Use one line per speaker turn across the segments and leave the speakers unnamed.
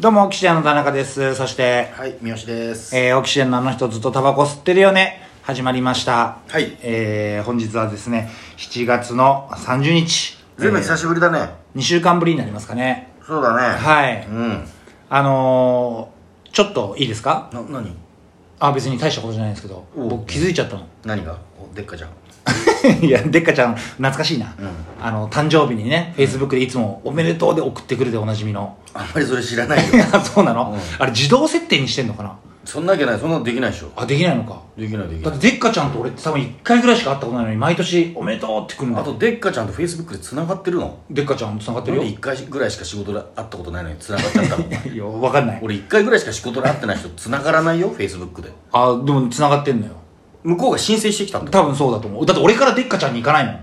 どうも、オキシエンの田中です。そして、
はい、三好です。
えー、オキシエンのあの人ずっとタバコ吸ってるよね。始まりました。
はい
えー、本日はですね、7月の30日。
ずいぶん久しぶりだね。
2週間ぶりになりますかね。
そうだね。
はい
うん。
あのー、ちょっといいですか
な、何
あ、別に大したことじゃないんですけど、
お
僕気づいちゃったの。
何がお、でっかじゃん。
いや、でっかちゃん、懐かしいな。
う
あの、誕生日にね、Facebook でいつもおめでとうで送ってくるでおなじみの。
あんまりそれ知らない
い
よ。
やそうなの、
うん
あれ自動設定にしてんのかな
そんなわけない、そんなのできないでしょ。
あ、できないのか。
できない、でき
だ
な
っ
い。
てデッカちゃんと俺って多分1回ぐらいしか会ったことないのに毎年「おめでとう」って来るんだ
あと、でっかちゃんと Facebook で繋がってるの
デッカちゃん繋がって
なん
るよ
で1回ぐらいしか仕事で会ったことないのに繋がっちゃったの
いや分かんない
俺1回ぐらいしか仕事で会ってない人繋がらないよ、Facebook で。
あでも繋がってんのよ
向こうが申請してきたんだ。
多分そうだと思うだって俺からデッカちゃんに行かないもん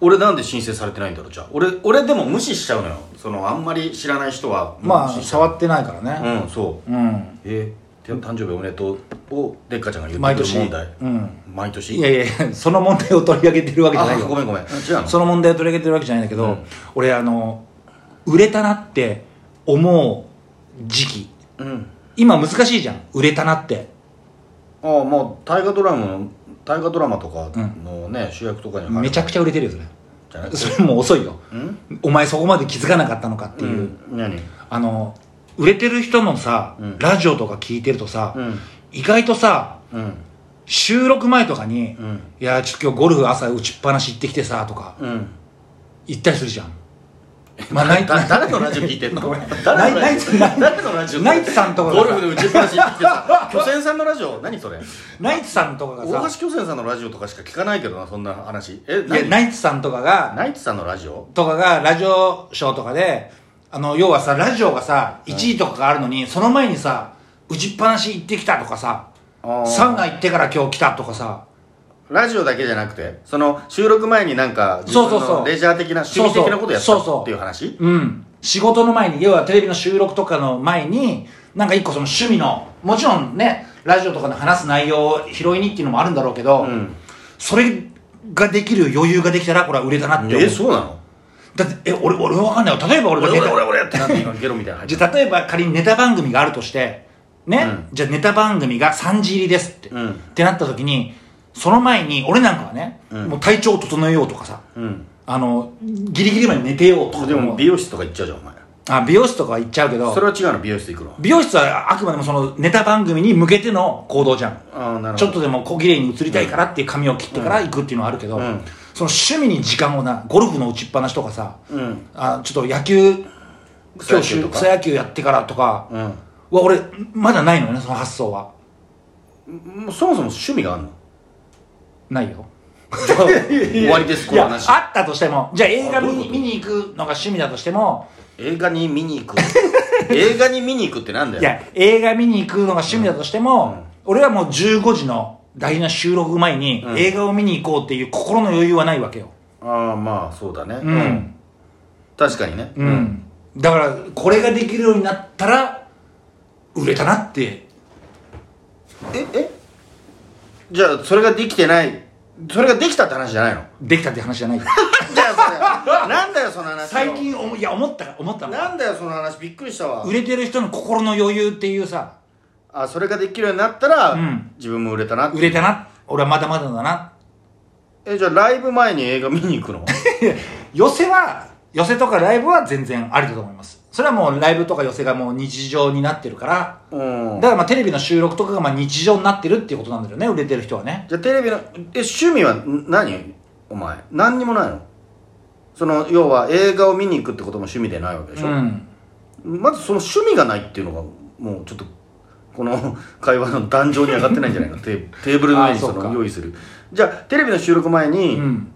俺なんで申請されてないんだろう、じゃあ。俺、俺でも無視しちゃうのよ。その、あんまり知らない人は。
まあ
無視しちゃう
触ってないからね
うん、そう。
うん、
えー、誕生日おめでとうをでっかちゃんが言
毎
ってく
年
る問題
うん
毎年
いやいやいやその問題を取り上げてるわけじゃない
あ
よ
ごめんごめん違うの
その問題を取り上げてるわけじゃないんだけど、
うん
俺あの売れたなって思う時期
うん
今難しいじゃん売れたなって
ああもう大河ドラマの大河ドラマとかのね、主役とかに入る
めちゃくちゃ売れてるよそれ
じゃない
それもう遅いよ
うん
お前そこまで気づかなかったのかっていう、
うん何
あの売れてる人のさ、
うん
ラジオとか聞いてるとさ、
うん
意外とさ
うん
収録前とかに「
うん
いやーちょっと今日ゴルフ朝打ちっぱなし行ってきてさ」とか
うん
言ったりするじゃん、まあ、ナイ
だ誰のラジオ聞いてんの誰の
ナイナ
ラ
イ
ジ
ツ
オ誰のラジオ
ナイツさんとかが
ゴルフで打ちっぱなし行ってきて さ巨泉さんのラジオ何それ
ナイツさんとか
大
がさ
橋巨泉さんのラジオとかしか聞かないけどなそんな話え
いや
何
ナイツさんとかが
ナイツさんのラジオ
とかがラジオショーとかであの要はさラジオがさ1位とかがあるのに、その前にさ打ちっぱなし行ってきたとかさ
あー
サウナ行ってから今日来たとかさ
ラジオだけじゃなくてその収録前になんか自
そう
分
そうそう
のレジャー的な趣味的なことやっ
そうそう
たっていう話
うん、仕事の前に要はテレビの収録とかの前になんか一個その趣味のもちろんねラジオとかで話す内容を拾いにっていうのもあるんだろうけど、
ん
それができる余裕ができたらこれは売れたなって思う、
えそうなの
だってえ俺俺わかんないよ例えば俺がネ
俺俺
タ
俺俺ってなって今ゲロみたいな入って
じゃあ例えば仮にネタ番組があるとしてね、
うん
じゃあネタ番組が3時入りですって、
うん
ってなった時にその前に俺なんかはね、
うん
もう体調を整えようとかさ
うん
あのギリギリまで寝てようとか
でも美容室とか行っちゃうじゃんお前
あ美容室とかは行っちゃうけど
それは違うの美容室行くの
美容室はあくまでもそのネタ番組に向けての行動じゃん
ああなるほど
ちょっとでも小綺麗に移りたいからっていう髪を切ってから行くっていうのはあるけど、
うん
その趣味に時間をなゴルフの打ちっぱなしとかさ、
うん
あちょっと野球
草野球とか
草野球やってからとか
うん
は俺まだないのよねその発想は
もうそもそも趣味があんの
ないよ
終わり ですこ
い
の
や
話
あったとしてもじゃあ映画見
どういう
に
こと
見に行くのが趣味だとしても
映画に見に 行く映画に見に行くってなんだ
い
よ
や映画見に行くのが趣味だとしても、俺はもう15時の大事な収録前に、
うん
映画を見に行こうっていう心の余裕はないわけよ
ああまあそうだね
うん、
確かにね
うんだからこれができるようになったら売れたなって
ええじゃあそれができてないそれができたって話じゃないの
できたって話じ ゃない
じゃあそれなんだよその話
最近思いや思った思ったの
なんだよその話びっくりしたわ
売れてる人の心の余裕っていうさ
あそれができるようになったら、
うん
自分も売れたな
売れたな俺はまだまだだな
えじゃあライブ前に映画見に 行くの
寄せは寄せとかライブは全然ありだと思いますそれはもうライブとか寄せがもう日常になってるから
うん
だからまあテレビの収録とかがまあ日常になってるっていうことなんだよね売れてる人はね
じゃあテレビのえ趣味はん何お前何にもないのその要は映画を見に行くってことも趣味でないわけでし
う
ょ、
ん
まずその趣味がないっていうのがもうちょっとこの会話の壇上に上がってないんじゃないのテーテーブルの上にそ
あそうか
の用意するじゃあテレビの収録前
う
に、
ん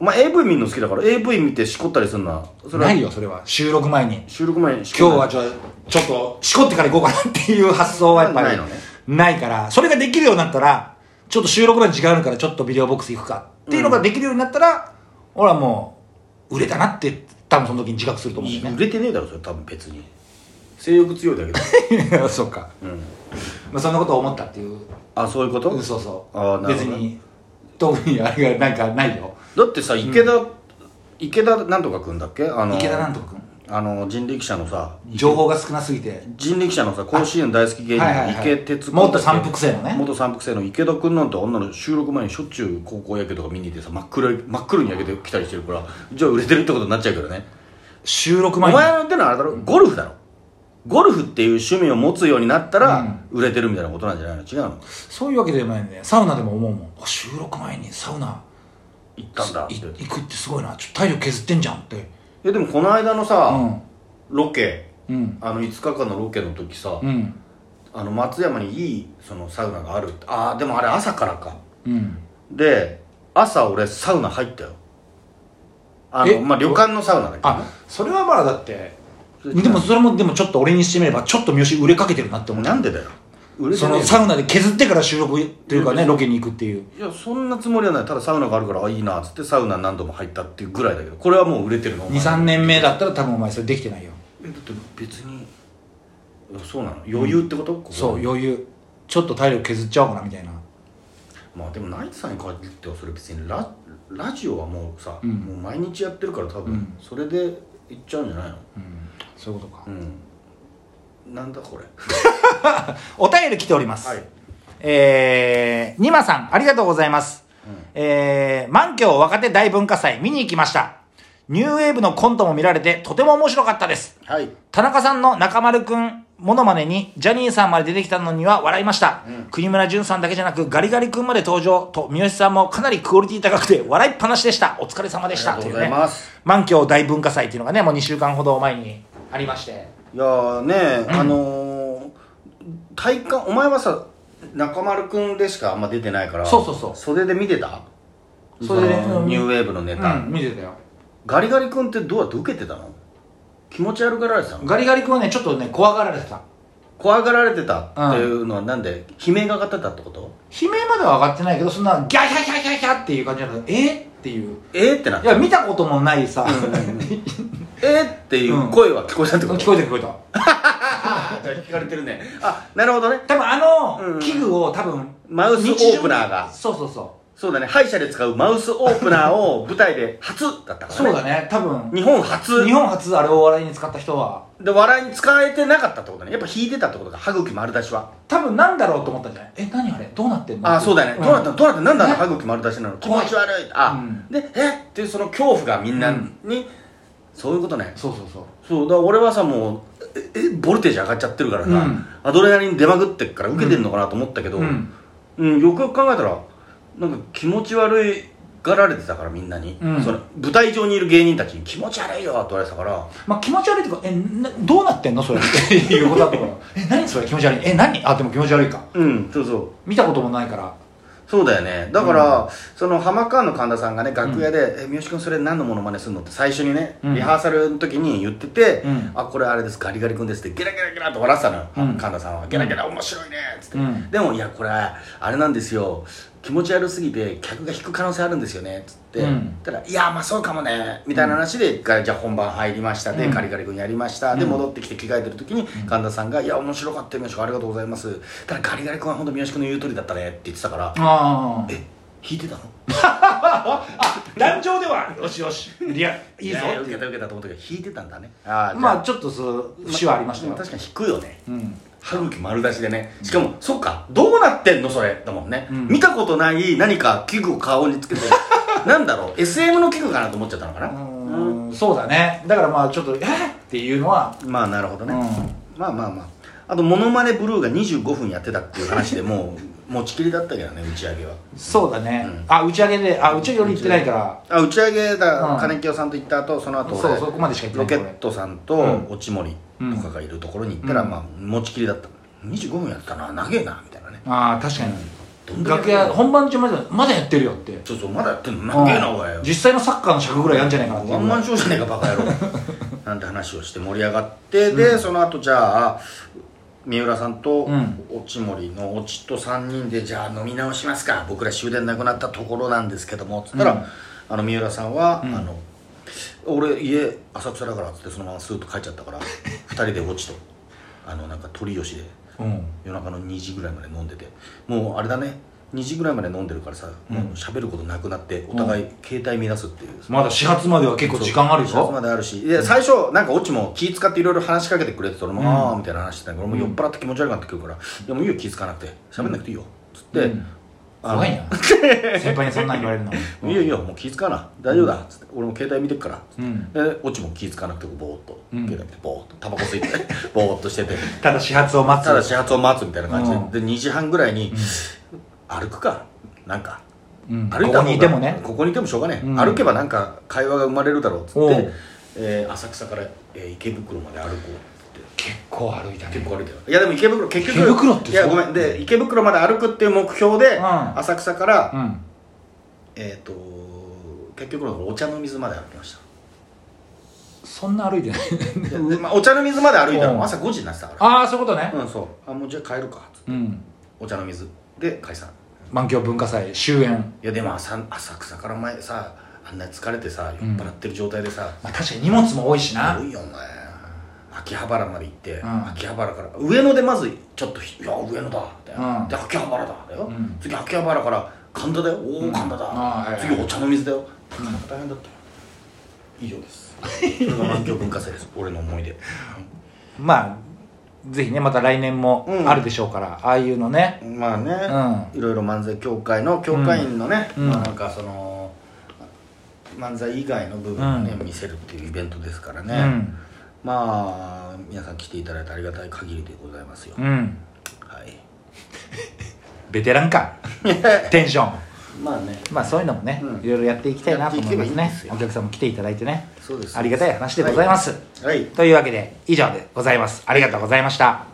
お前 AV 見るの好きだから AV 見てしこったりするのはそれは
ないよそれは収録前に
収録前にしこ
今日
んだ
は
り
ちょちょっとしこってから行こうかなっていう発想はやっぱり
ないのね
ないからそれができるようになったらちょっと収録まで時間あるからちょっとビデオボックス行くかっていうのができるようになったら俺はもう売れたなって多分その時に自覚すると思うんだよ
売
ね
れてねえだろそれ多分別に性欲強いだけ だ
そうか、
うん
まあ、そんなことを思ったっていう
あそういうこと
うんそうそう
あーなる
別
ほど
に特にあれがなんかないよ
だってさ池田、池田なんとかくんだっけあの
池田なんとか君
あの人力車のさ
情報が少なすぎて
人力車のさ甲子園大好き芸人
はいはい
の
はい
池哲君
元三福生のね
元三福生の池田君なんてあんなの収録前にしょっちゅう高校野球とか見に行ってさ真っ黒い真っ黒に焼けてきたりしてるからじゃあ売れてるってことになっちゃうけどね
収録
お
前
前
に
の言ってるのはあれだろゴルフだろゴルフっていう趣味を持つようになったら売れてるみたいなことなんじゃないの違うの
そういうわけではないんでサウナでも思うもんあ収録前にサウナ
行ったんだっ
い
て
行くってすごいなちょっと体力削ってんじゃんって
えでもこの間の
う
さ
ん
ロケ
うん
あの5日間のロケの時さ
うん
あの松山にいいそのサウナがあるってああでもあれ朝からか
うん
で朝俺サウナ入ったよあ
え
のまあ旅館のサウナだけどね
あそれはまあだって
それ違う
でもそれもでもちょっと俺にしてみればちょっと三好売れかけてるなって思う
なんでだよ売れて
そ
ねえ
の
よ
サウナで削ってから収録というかねロケに行くっていう
いやそんなつもりはないただサウナがあるからあいいなっつってサウナ何度も入ったっていうぐらいだけどこれはもう売れてるのお前
23年目だったら多分お前それできてないよ
えだって別にいやそうなの余裕ってこと、ここ
そう余裕ちょっと体力削っちゃおうかなみたいな
まあでもナイツさんに限ってはそれ別にララジオはもうさ、
うん
もう毎日やってるから多分、
うん
それでいっちゃうんじゃないの
うんそういうことか
うんなんだ これ
お便り来ております、
はい
えー、ニマさん、ありがとうございます。えー、満響若手大文化祭見に行きました。ニューウェーブのコントも見られてとても面白かったです。
はい
田中さんの中丸くんモノマネにジャニーさんまで出てきたのには笑いました、国村淳さんだけじゃなくガリガリ君まで登場と三好さんもかなりクオリティ高くて笑いっぱなしでしたお疲れ様でした
ありがとうございます
とうね満響大文化祭っていうのがねもう2週間ほど前にありまして
いやーねあのー体感お前はさ中丸くんでしかあんま出てないから
そうそうそう
袖で見てた
袖で
その
うん
ニューウェーブのネタ、
うん見てたよ
ガリガリ君ってどうやって受けてたの気持ち悪がられてたの
ガリガリ君はねちょっとね怖がられてた
怖がられてたっていうのはなんで悲鳴が上がってたってこと
悲鳴までは上がってないけどそんなギャーギャーギャーギャーギャーっていう感じなのえっていう
えー、ってなっ
い
て
や見たこともないさ
えー、っていう声は聞こえたってこと、
聞こえた聞こえた
あじゃあ聞かれてるねあなるほどね
多分あ
うん
の器具を多分
マウスオープナーが
日常にそうそうそ
そうだね歯医者で使うマウスオープナーを舞台で初だったからね
うそうだね多分
日本初
日本初あれをお笑いに使った人は
で笑いに使えてなかったってことねやっぱ引いてたってことか歯茎丸出しは
多分なんだろうと思ったんじゃないえ何あれどうなってんの
ああそうだね、どうなったのどうなったのなんだあの
ね
歯茎丸出しなの気持
怖い
ち悪いあ、
うん
でえっていうその恐怖がみんなに、そういうことね
そうそうそう
そうだから俺はさもうええボルテージ上がっちゃってるからさ、
うん
アドレナリン出まくってっから受けてんのかなと思ったけど、う
うんん
よくよく考えたらなんか気持ち悪いがられてたからみんなに、
うん
その舞台上にいる芸人たちに気持ち悪いよって言われてたから
まあ気持ち悪いっていうかえなどうなってんのそれっていうことだったからえ何それ気持ち悪いえ何あでも気持ち悪いか
うんそうそう
見たこともないから
そうだよねだから、その浜川の神田さんがね楽屋で「え三好君それ何のモノマネするの?」って最初にね、
うん
リハーサルの時に言ってて「
うん
あこれあれですガリガリ君です」ってゲラゲラゲラと笑ってたのよ、
うん
神田さんは「ゲラゲラ面白いね」っつって、
うん
でも「いやこれあれなんですよ気持ち悪すぎて客が引く可能性あるんですよね」っつって、
うん
たら「いやまあそうかもね」みたいな話で、がじゃあ本番入りました」で、
うん
ガリガリ君やりました」で
うん
戻ってきて着替えてる時に神田さんが「いや面白かったよ三好君ありがとうございます」ただガリガリ君は本当三好君の言う通りだったね」って言ってたから
ああ
え引いてたの
壇上ではよしよしいやいいぞ
やや受けた受けたと思ったけど引いてたんだねあーじゃ
まあちょっとそう節はありましたよ
確かに引くよね
うん
歯茎丸出しでねしかも、そっかどうなってんのそれだもんね、
うん
見たことない何か器具を顔につ けてなんだろう SM の器具かなと思っちゃったのかな
うーんそうだねだからまあちょっと「えっ!」っていうのは
まあなるほどね、
う
まあまあまああとモノマネブルーが25分やってたっていう話でもう 持ちきりだったけどね打ち上げは
そうだね、
うん
あ打ち上げであ打ち上げより行ってないから
あ打ち上げだ、
うん
金清さんと行った後その後
そうそこまでしか行ってな
ロ
い
ケットさんと
うん
落ち森とかがいるところに行ったら、
うん
まあ持ちきりだった25分やったな長えなみたいなね
ああ確か
どん
に
だけ
楽屋本番中までまだやってるよって
そうそうまだやってんの長えな
うん
おい
実際のサッカーの尺ぐらいやんじゃないかなってい
ワン
う
マンショーじゃねえかバカ野 郎なんて話をして盛り上がってで、その後じゃあ三浦さんと
うん
落ち森の落ちと3人でじゃあ飲み直しますか僕ら終電なくなったところなんですけどもつったら、
うん
あの三浦さんは、
うん
あの俺家浅草だからっつってそのままスーッと帰っちゃったから二人で落ちとあのなんか鳥吉で
うん
夜中の2時ぐらいまで飲んでてもうあれだね2時ぐらいまで飲んでるからさ、もう喋ることなくなってお互い携帯見出すっていう、
まだ始発までは結構時間ある
始発
よ
まであるしで最初なんかオチも気使っていろいろ話しかけてくれてそれも、ああみたいな話してたけど俺も酔っ払って気持ち悪くなってくるから「いやもういいよ気使わなくて喋んなくていいよ」つって、あの
怖い な先輩にそんなん言われるの
いいよいいよもう気使わな大丈夫だ」つって「俺も携帯見てっから」つって
うん
でオチも気使わなくてボーっと
ん
携帯見てボーっとタバコ吸いてボーっとしてて
ただ始発を待つ
ただ始発を待つみたいな感じで,、
うん
で2時半ぐらいに、歩くかなんか
うん
歩
こ
いた
こ
方が
にいてもね
ここにいてもしょうがねえ、
うん
歩けばなんか会話が生まれるだろうっつっ
お
て
う、
えー浅草から、えー池袋まで歩こうって
結構歩いたね
結構歩いてるいやでも池袋結局
池袋って
いや
そう
ごめんで池袋まで歩くっていう目標で、
ん
浅草から、
うん
えっ、と結局のところお茶の水まで歩き ました
そんな歩いてない
いやでまあ、お茶の水まで歩いた
うん
の朝5時になってたか
ああそういうことね
らうんそうあもうじゃあ帰るかつって
うん
お茶の水で解散
満響文化祭終演
いやでも浅浅草から前さあんなに疲れてさ酔っ払ってる状態でさ、
まあ確かに荷物も多いしな
すごいよお前秋葉原まで行って、
ん
秋葉原から上野でまずちょっとひ「いや上野だ」だよ、
うん
で秋葉原だだよ、
ん
次秋葉原から神田だよおお神田だ、
ああはい
次お茶の水だよ、なかなか大変だったよ以上です それが満響文化祭です俺の思い出
まあぜひねまた来年も
うん
あるでしょうから、ああいうのね
まあね、
う
いろいろ漫才協会の協会員のね、
うん
まあなんかその漫才以外の部分をね、見せるっていうイベントですからね、
うん
まあ皆さん来ていただいてありがたい限りでございますよ、
うん
はい
ベテラン かテンション
まあね
まあそういうのもね、
うん
いろいろやっていきたいなと思いますね
やっていけばいいんですよ
お客さんも来ていただいてね
そうです
ありがたい話でございます、
はい
というわけで以上でございますありがとうございました